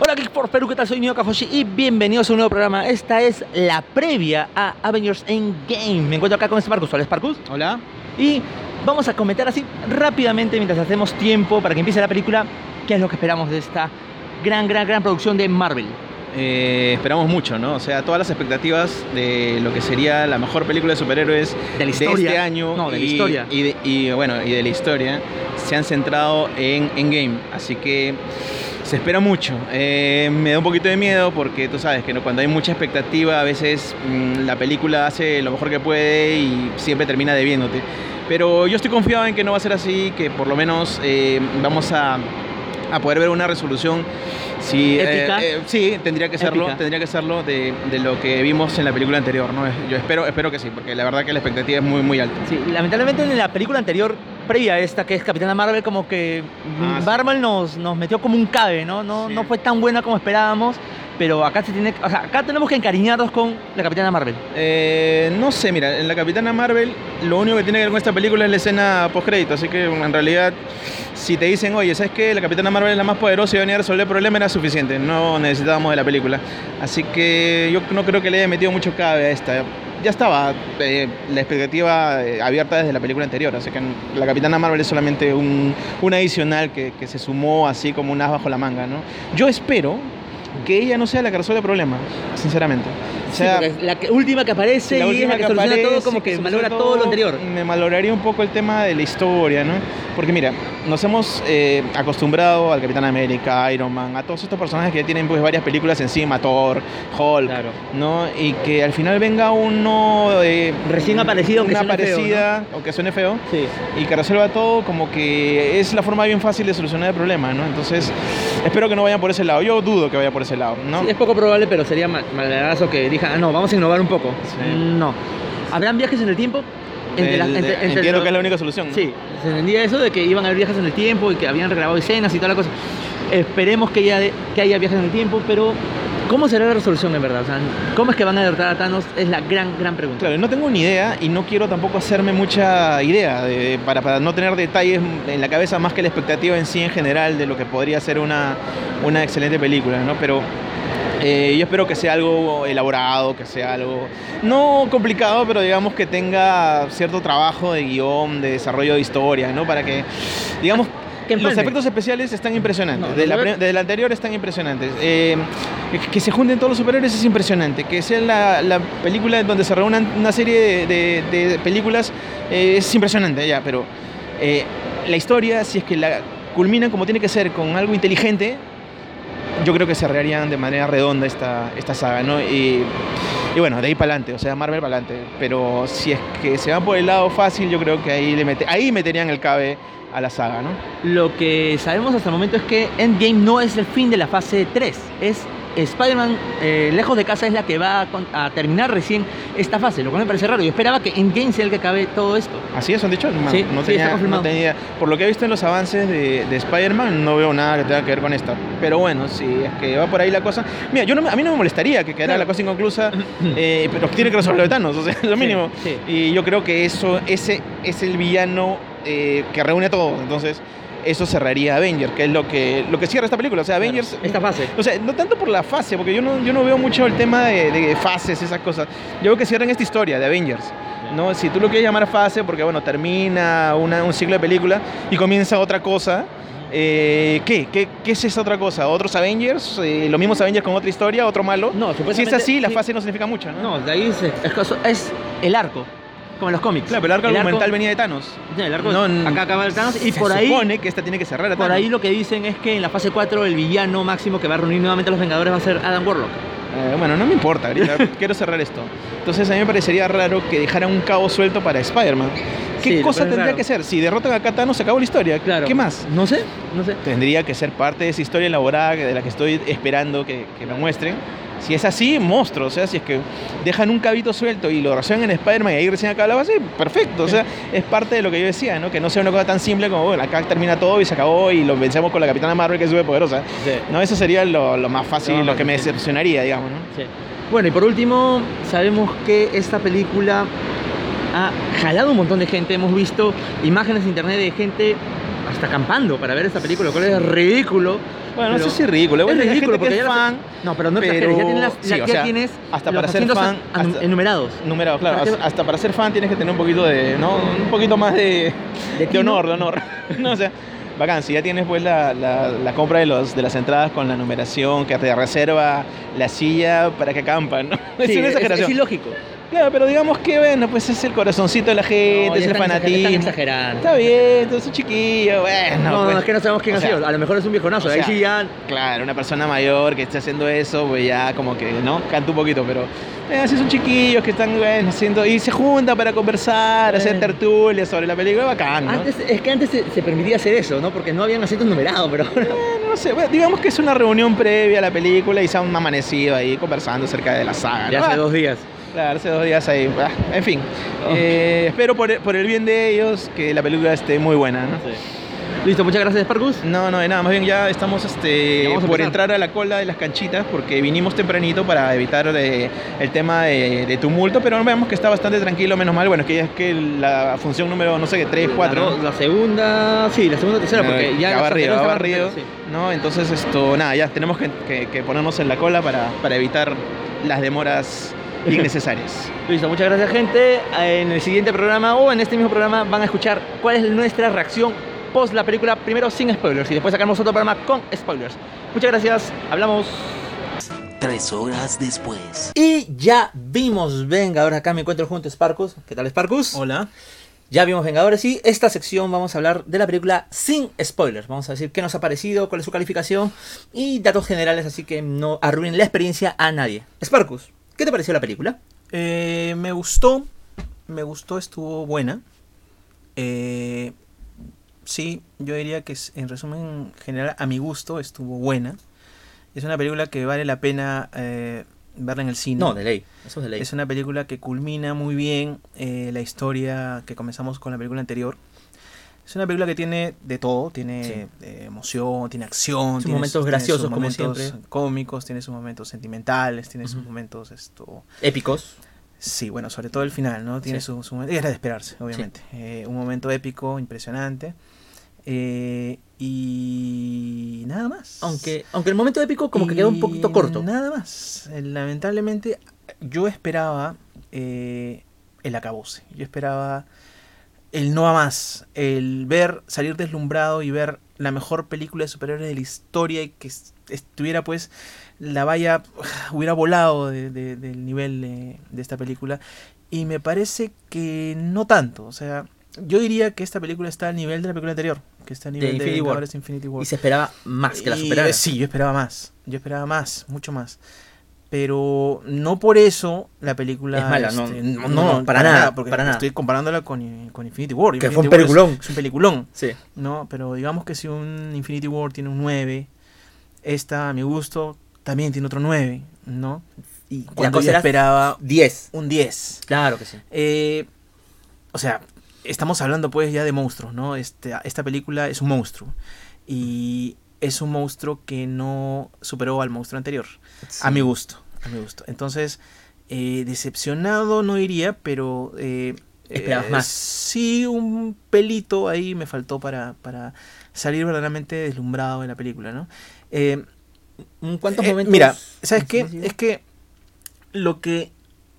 Hola Geek por Perú, ¿qué tal? Soy Nio Kafoshi y bienvenidos a un nuevo programa. Esta es la previa a Avengers Endgame. Me encuentro acá con Sparkus. Hola Sparkus. Hola. Y vamos a comentar así rápidamente mientras hacemos tiempo para que empiece la película, qué es lo que esperamos de esta gran, gran, gran producción de Marvel. Eh, esperamos mucho, ¿no? O sea, todas las expectativas de lo que sería la mejor película de superhéroes De la de historia. este año No, de la y, historia. y de- y, bueno, y de la historia se han centrado en Endgame. Así que se espera mucho. Eh, me da un poquito de miedo porque tú sabes que ¿no? cuando hay mucha expectativa a veces mm, la película hace lo mejor que puede y siempre termina debiéndote. Pero yo estoy confiado en que no va a ser así, que por lo menos eh, vamos a, a poder ver una resolución. Si, eh, Épica. eh, sí, tendría que serlo, Épica. tendría que serlo de, de lo que vimos en la película anterior, ¿no? Yo espero, espero que sí, porque la verdad que la expectativa es muy, muy alta. Sí, lamentablemente en la película anterior, previa a esta, que es Capitana Marvel, como que Ah, mm, sí. Marvel nos, nos metió como un cabe, ¿no? No, Sí. no fue tan buena como esperábamos, pero acá se tiene, o sea, acá tenemos que encariñarnos con la Capitana Marvel. Eh, no sé, mira, en la Capitana Marvel lo único que tiene que ver con esta película es la escena postcrédito, así que en realidad si te dicen, oye, ¿sabes qué? La Capitana Marvel es la más poderosa y va a venir a resolver el problema, era suficiente, no necesitábamos de la película. Así que yo no creo que le haya metido mucho cabe a esta. Ya estaba eh, la expectativa eh, abierta desde la película anterior, así que la Capitana Marvel es solamente un, un adicional que, que se sumó así como un as bajo la manga, ¿no? Yo espero que ella no sea la que resuelve el problema, sinceramente. O sea, Sí, porque la que- última que aparece la y es última la que, soluciona todo, aparece, como que, soluciona valora todo lo anterior. Me valoraría un poco el tema de la historia, ¿no? Porque mira, nos hemos eh, acostumbrado al Capitán América, Iron Man, a todos estos personajes que ya tienen pues varias películas encima, Thor, Hulk, Claro. ¿no? Y que al final venga uno eh, Recién aparecido, aunque una suene feo, parecida, aunque suene feo, Sí. y que resuelva todo, como que es la forma bien fácil de solucionar el problema, ¿no? Entonces, espero que no vayan por ese lado. Yo dudo que vaya por ese lado, ¿no? Sí, es poco probable, pero sería mal- malvadazo que dijan, ah, no, vamos a innovar un poco. Sí. No. ¿Habrán viajes en el tiempo? Entre El- las- entre- entre entiendo los- que es la única solución. ¿no? Sí, se entendía eso de que iban a haber viajes en el tiempo y que habían grabado escenas y toda la cosa. Esperemos que, ya de- que haya viajes en el tiempo, pero ¿cómo será la resolución en verdad? O sea, ¿cómo es que van a derrotar a Thanos? Es la gran, gran pregunta. Claro, no tengo ni idea y no quiero tampoco hacerme mucha idea de- para, para no tener detalles en la cabeza más que la expectativa en sí en general de lo que podría ser una, una excelente película, ¿no? Pero eh, yo espero que sea algo elaborado, que sea algo no complicado, pero digamos que tenga cierto trabajo de guión, de desarrollo de historia, ¿no? Para que, digamos, Que los empalme. efectos especiales están impresionantes. No, de, la, los- pre- de la anterior están impresionantes. Eh, que se junten todos los superhéroes es impresionante. Que sea la, la película en donde se reúnan una serie de, de- de películas eh, es impresionante, ya. Pero eh, la historia, si es que la culminan como tiene que ser, con algo inteligente, yo creo que cerrarían de manera redonda esta, esta saga, ¿no? Y, y bueno, de ahí para adelante, o sea, Marvel para adelante. Pero si es que se van por el lado fácil, yo creo que ahí, le mete, ahí meterían el cabe a la saga, ¿no? Lo que sabemos hasta el momento es que Endgame no es el fin de la fase 3. Es Spider-Man eh, lejos de casa es la que va a, con- a terminar recién esta fase, lo cual me parece raro. Yo esperaba que Endgame sea el que acabe todo esto. Así es, han dicho. Man, Sí, no, sí, está tenía, confirmado. no tenía- Por lo que he visto en los avances de, de Spider-Man, no veo nada que tenga que ver con esta. Pero bueno, si es que va por ahí la cosa. Mira, yo no me- a mí no me molestaría que quedara Claro. la cosa inconclusa, eh, pero tiene que resolverlo Thanos, o sea, lo Sí, mínimo. sí. Y yo creo que eso, ese es el villano eh, que reúne a todos. Entonces, eso cerraría Avengers, que es lo que, lo que cierra esta película. O sea, Avengers. Esta fase. O sea, no tanto por la fase, porque yo no, yo no veo mucho el tema de, de fases, esas cosas. Yo veo que cierran esta historia de Avengers. ¿no? Si tú lo quieres llamar fase, porque bueno, termina una- un ciclo de película y comienza otra cosa. eh, ¿qué? ¿qué? qué es esa otra cosa? ¿Otros Avengers? Eh, ¿Los mismos Avengers con otra historia? ¿Otro malo? No, si es supuestamente- así, la sí. fase no significa mucho, ¿no? No, de ahí se- es, cosa- es el arco, como en los cómics. Claro, pero el arco argumental venía de Thanos. Ya, el arco- No, n- acá acaba el Thanos y Se por ahí, supone que esta tiene que cerrar a por Thanos. ahí lo que dicen es que en la fase 4 el villano máximo que va a reunir nuevamente a los Vengadores va a ser Adam Warlock. Eh, bueno, no me importa, ahorita quiero cerrar esto. Entonces a mí me parecería raro que dejaran un cabo suelto para Spider-Man. ¿Qué Sí, cosa pero es tendría raro. que ser? Si derrotan a Katano se acabó la historia. Claro. ¿Qué más? No sé, no sé. Tendría que ser parte de esa historia elaborada que- de la que estoy esperando que, que me muestren. Si es así, monstruo. O sea, si es que dejan un cabito suelto y lo relacionan en Spider-Man y ahí recién acaba la base, perfecto. O sea, es parte de lo que yo decía, ¿no? Que no sea una cosa tan simple como, bueno, acá termina todo y se acabó y lo vencemos con la Capitana Marvel que es súper poderosa. No, eso sería lo, lo más fácil, Lo lo, más que me fácil. decepcionaría, digamos, ¿no? Sí. Bueno, y por último, sabemos que esta película ha jalado un montón de gente. Hemos visto imágenes en internet de gente hasta hasta acampando para ver esta película, lo cual es ridículo. Bueno, no pero- sé si es ridículo. es Bueno, hay ridículo gente que porque es ya la- fan. No, pero no pero- exageres, ya tienes, las- sí, la- o ya sea, tieés hasta los para ser asientos fan, anu- hasta- enumerados. Numerado, claro. Para Hasta, que- hasta para ser fan tienes que tener un poquito de. ¿no? Un poquito más de, de tino. honor, de honor. no, o sea, bacán, si ya tienes pues la, la- la compra de, los, de las entradas con la numeración, que te reserva la silla para que acampan, ¿no? Sí, es una es, es exageración. ilógico. claro, pero digamos que bueno, pues es el corazoncito Eh, de la gente, No, es ya el están exager- fanatismo. Están exagerando. Está bien, entonces chiquillo, bueno. No, no, pues, es que no sabemos quién o ha sea, sido. A lo mejor es un viejonazo. o ahí sea, sí ya. Claro, una persona mayor que está haciendo eso, pues ya como que, ¿no? Canta un poquito, pero eh, así son chiquillos que están, bueno, haciendo... Y se juntan para conversar, hacer Bueno. tertulias sobre la película, bacán, ¿no? Antes, es que antes se, se permitía hacer eso, ¿no? Porque no habían asientos numerados, pero ahora. Bueno, no sé, bueno, digamos que es una reunión previa a la película y se han amanecido ahí conversando acerca de la saga, Ya ¿no? hace Ah, dos días. Claro, hace dos días ahí, ah, en fin. Oh. Eh, espero por, por el bien de ellos que la película esté muy buena, ¿no? Ah, Listo, muchas gracias, Parkus. No, no, de nada, más bien ya estamos este, Ya vamos a por empezar. entrar a la cola de las canchitas porque vinimos tempranito para evitar eh, el tema de, de tumulto, pero vemos que está bastante tranquilo, menos mal. Bueno, es que ya es que la función número, no sé qué, 3, 4. La, do- la segunda, sí, la segunda, tercera, porque ya. ya la va arriba, tercera va estaba- arriba, sí. ¿no? Entonces, esto, nada, ya tenemos que, que- que ponernos en la cola para, para evitar las demoras innecesarias. Listo, muchas gracias, gente. En el siguiente programa o en este mismo programa van a escuchar cuál es nuestra reacción post la película, primero sin spoilers y después sacamos otro programa con spoilers. Muchas gracias, hablamos. Tres horas después. Y ya vimos Vengadores. Acá me encuentro junto a Sparkus. ¿Qué tal, Sparkus? Hola. Ya vimos Vengadores y esta sección vamos a hablar de la película sin spoilers. Vamos a decir qué nos ha parecido, cuál es su calificación y datos generales, así que no arruinen la experiencia a nadie. Sparkus, ¿qué te pareció la película? Eh, me gustó, me gustó, estuvo buena. Eh, sí, yo diría que es- en resumen general, a mi gusto, estuvo buena. Es una película que vale la pena eh, verla en el cine. No, de ley. Eso es de ley. Es una película que culmina muy bien eh, la historia que comenzamos con la película anterior. Es una película que tiene de todo, tiene Sí. eh, emoción, tiene acción, Sus tiene momentos tiene graciosos, sus como momentos siempre. cómicos, tiene sus momentos sentimentales, tiene sus Ujú. momentos esto Épicos. Sí, bueno, sobre todo el final, ¿no? Tiene Sí. su, su momento. y Era de esperarse, obviamente. Eh, un momento épico, impresionante. Eh, y nada más. Aunque, aunque el momento épico como que quedó un poquito Y corto. Nada más. Eh, Lamentablemente, yo esperaba eh, el acabose. Yo esperaba el no a más. El ver, salir deslumbrado y ver la mejor película de superhéroes de la historia y que est- estuviera, pues, la valla hubiera volado de- de- del nivel de, de esta película. Y me parece que no tanto. O sea, yo diría que esta película está al nivel de la película anterior. Que está al nivel de Infinity War. Vengadores Infinity War. Y se esperaba más que la Y, superara. eh, Sí, yo esperaba más. Yo esperaba más, mucho más. Pero no por eso la película Es mala, este, no, no, no, para nada, porque para nada. estoy comparándola con, con Infinity War. Que Infinity fue un War es- peliculón. Es, un peliculón, Sí. ¿no? Pero digamos que si un Infinity War tiene un 9, esta, a mi gusto, también tiene otro 9, ¿no? Y la Cuando cosa yo era esperaba 10. un 10. Claro que sí. Eh, o sea, estamos hablando pues ya de monstruos, ¿no? Este, esta película es un monstruo. Y es un monstruo que no superó al monstruo anterior. A mi gusto, a mi gusto. Entonces, eh, decepcionado no iría, pero... eh, Esperabas eh, más. Sí, un pelito ahí me faltó para, para salir verdaderamente deslumbrado de la película, ¿no? Eh, ¿Cuántos eh, momentos? Mira, ¿sabes qué? Sí, sí. Es que lo que.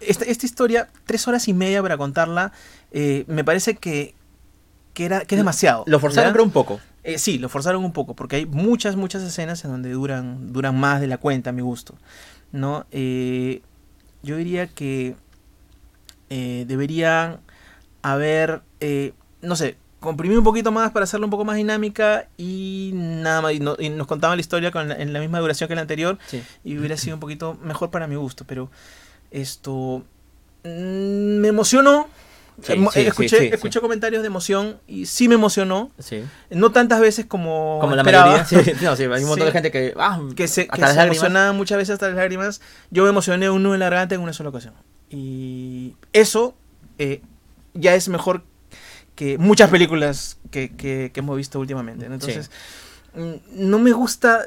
Esta, esta historia, tres horas y media para contarla, eh, me parece que, que, era, que es demasiado. Lo forzaron ¿ya? creo un poco. Eh, sí, lo forzaron un poco, porque hay muchas, muchas escenas en donde duran, duran más de la cuenta, a mi gusto. ¿no? Eh, yo diría que eh, deberían haber, eh, no sé, comprimido un poquito más para hacerlo un poco más dinámica y nada más. Y, no- y nos contaban la historia con la- en la misma duración que la anterior Sí. y hubiera sido un poquito mejor para mi gusto, pero esto mm, me emocionó. Sí, Emo- sí, sí, escuché sí, sí. escuché comentarios de emoción y sí me emocionó. Sí. No tantas veces como, Como la esperaba, mayoría. Oh, Sí, sí, no, sí, hay un montón de Sí. gente que. Ah, que se, que hasta las se lágrimas. emocionaba muchas veces hasta las lágrimas. Yo me emocioné un nudo en la garganta en una sola ocasión. Y eso eh, ya es mejor que muchas películas que, que- que hemos visto últimamente. ¿no? Entonces, mm, no me gusta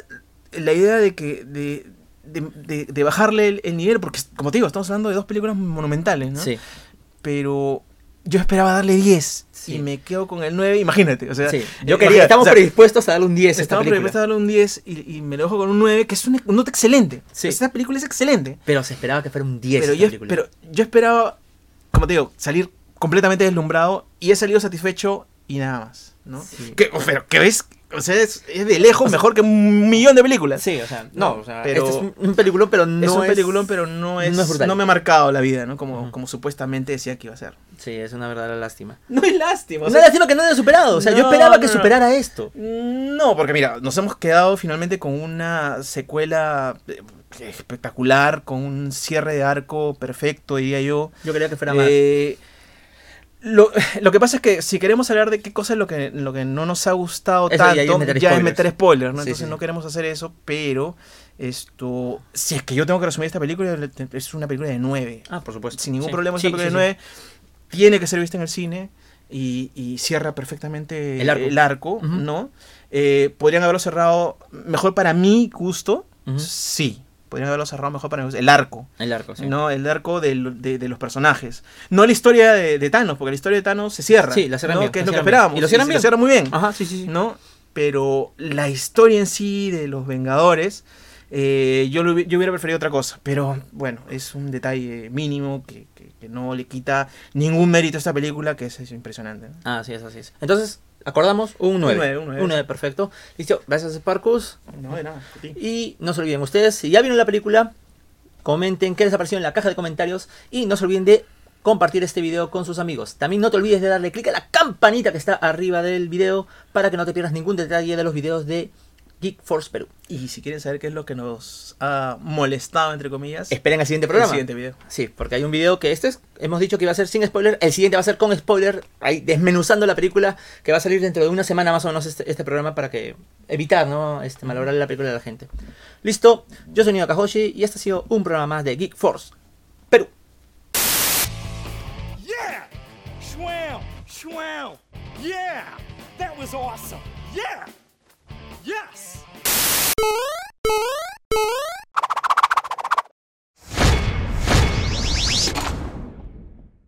la idea de que de, de- de- de bajarle el, el nivel, porque como te digo, estamos hablando de dos películas monumentales, ¿no? Sí. pero yo esperaba darle 10 Sí. y me quedo con el 9, imagínate. O sea, Sí, eh, yo quería, imagínate, estamos o sea, predispuestos a darle un 10 a esta Estaba película. predispuesto a darle un 10 y, y me lo dejo con un 9, que es una nota excelente. Sí. Esta película es excelente. Pero se esperaba que fuera un 10 Pero esta yo, película. pero yo esperaba, como te digo, salir completamente deslumbrado y he salido satisfecho y nada más. ¿no? Sí. Que, pero que ves, o sea, es, es de lejos mejor que un millón de películas. Sí, o sea, no, No, o sea, pero- este es un, un peliculón, pero no es un es... peliculón, pero no es, no es brutal. no me ha marcado la vida, ¿no? Como, Ujú. como supuestamente decía que iba a ser. Sí, es una verdadera lástima. No es lástima. o Una sea, lástima que no haya superado, o sea, yo No, esperaba que no, no. superara esto. No, porque mira, nos hemos quedado finalmente con una secuela eh, espectacular, con un cierre de arco perfecto, diría yo. Yo quería que fuera más. Eh, lo, lo que pasa es que si queremos hablar de qué cosa es lo que, lo que no nos ha gustado Eso ya tanto, es meter ya es spoilers. meter spoilers, ¿no? Sí, Entonces sí, no sí. queremos hacer eso, pero esto, si es que yo tengo que resumir esta película, es una película de 9 Ah, por supuesto. sin ningún Sí. problema, Sí, siempre sí, de sí. 9. Tiene que ser vista en el cine y, y cierra perfectamente El arco. Ujú. ¿no? Eh, podrían haberlo cerrado mejor para mi gusto, Ujú. sí. Podrían haberlo cerrado mejor para mi gusto. El arco, El arco, Pues sí. ¿no? El arco de, lo- de- de los personajes. No la historia de, de Thanos, porque la historia de Thanos se cierra. Sí, la cierran ¿no? bien, Que la es lo que cierran bien. esperábamos. Y lo cierran se bien. cierra muy bien. Ajá, sí, sí, sí. ¿no? Pero la historia en sí de los Vengadores, eh, yo, lo hubi- yo hubiera preferido otra cosa. Pero bueno, es un detalle mínimo que, que- que no le quita ningún mérito a esta película, que es, es impresionante. ¿no? Ah, sí, es así. Es. Entonces, acordamos un 9. nueve, un nueve. perfecto. Listo, gracias Sparkus. No, de nada, a ti. Y no se olviden ustedes, si ya vieron la película, comenten qué les ha parecido en la caja de comentarios y no se olviden de compartir este video con sus amigos. También no te olvides de darle clic a la campanita que está arriba del video para que no te pierdas ningún detalle de los videos de Geek Force Perú. Y si quieren saber qué es lo que nos ha molestado, entre comillas, Esperen el siguiente el programa. siguiente video. Sí, porque hay un video que este es- hemos dicho que iba a ser sin spoiler, el siguiente va a ser con spoiler, ahí desmenuzando la película que va a salir dentro de una semana más o menos este, este programa para que evitar, ¿no? Este malograr la película de la gente. Listo, yo soy Nino Kahoshi y este ha sido un programa más de Geek Force Perú. Yeah! Schwam! Schwam! Yeah! That was awesome! Yeah! Yes!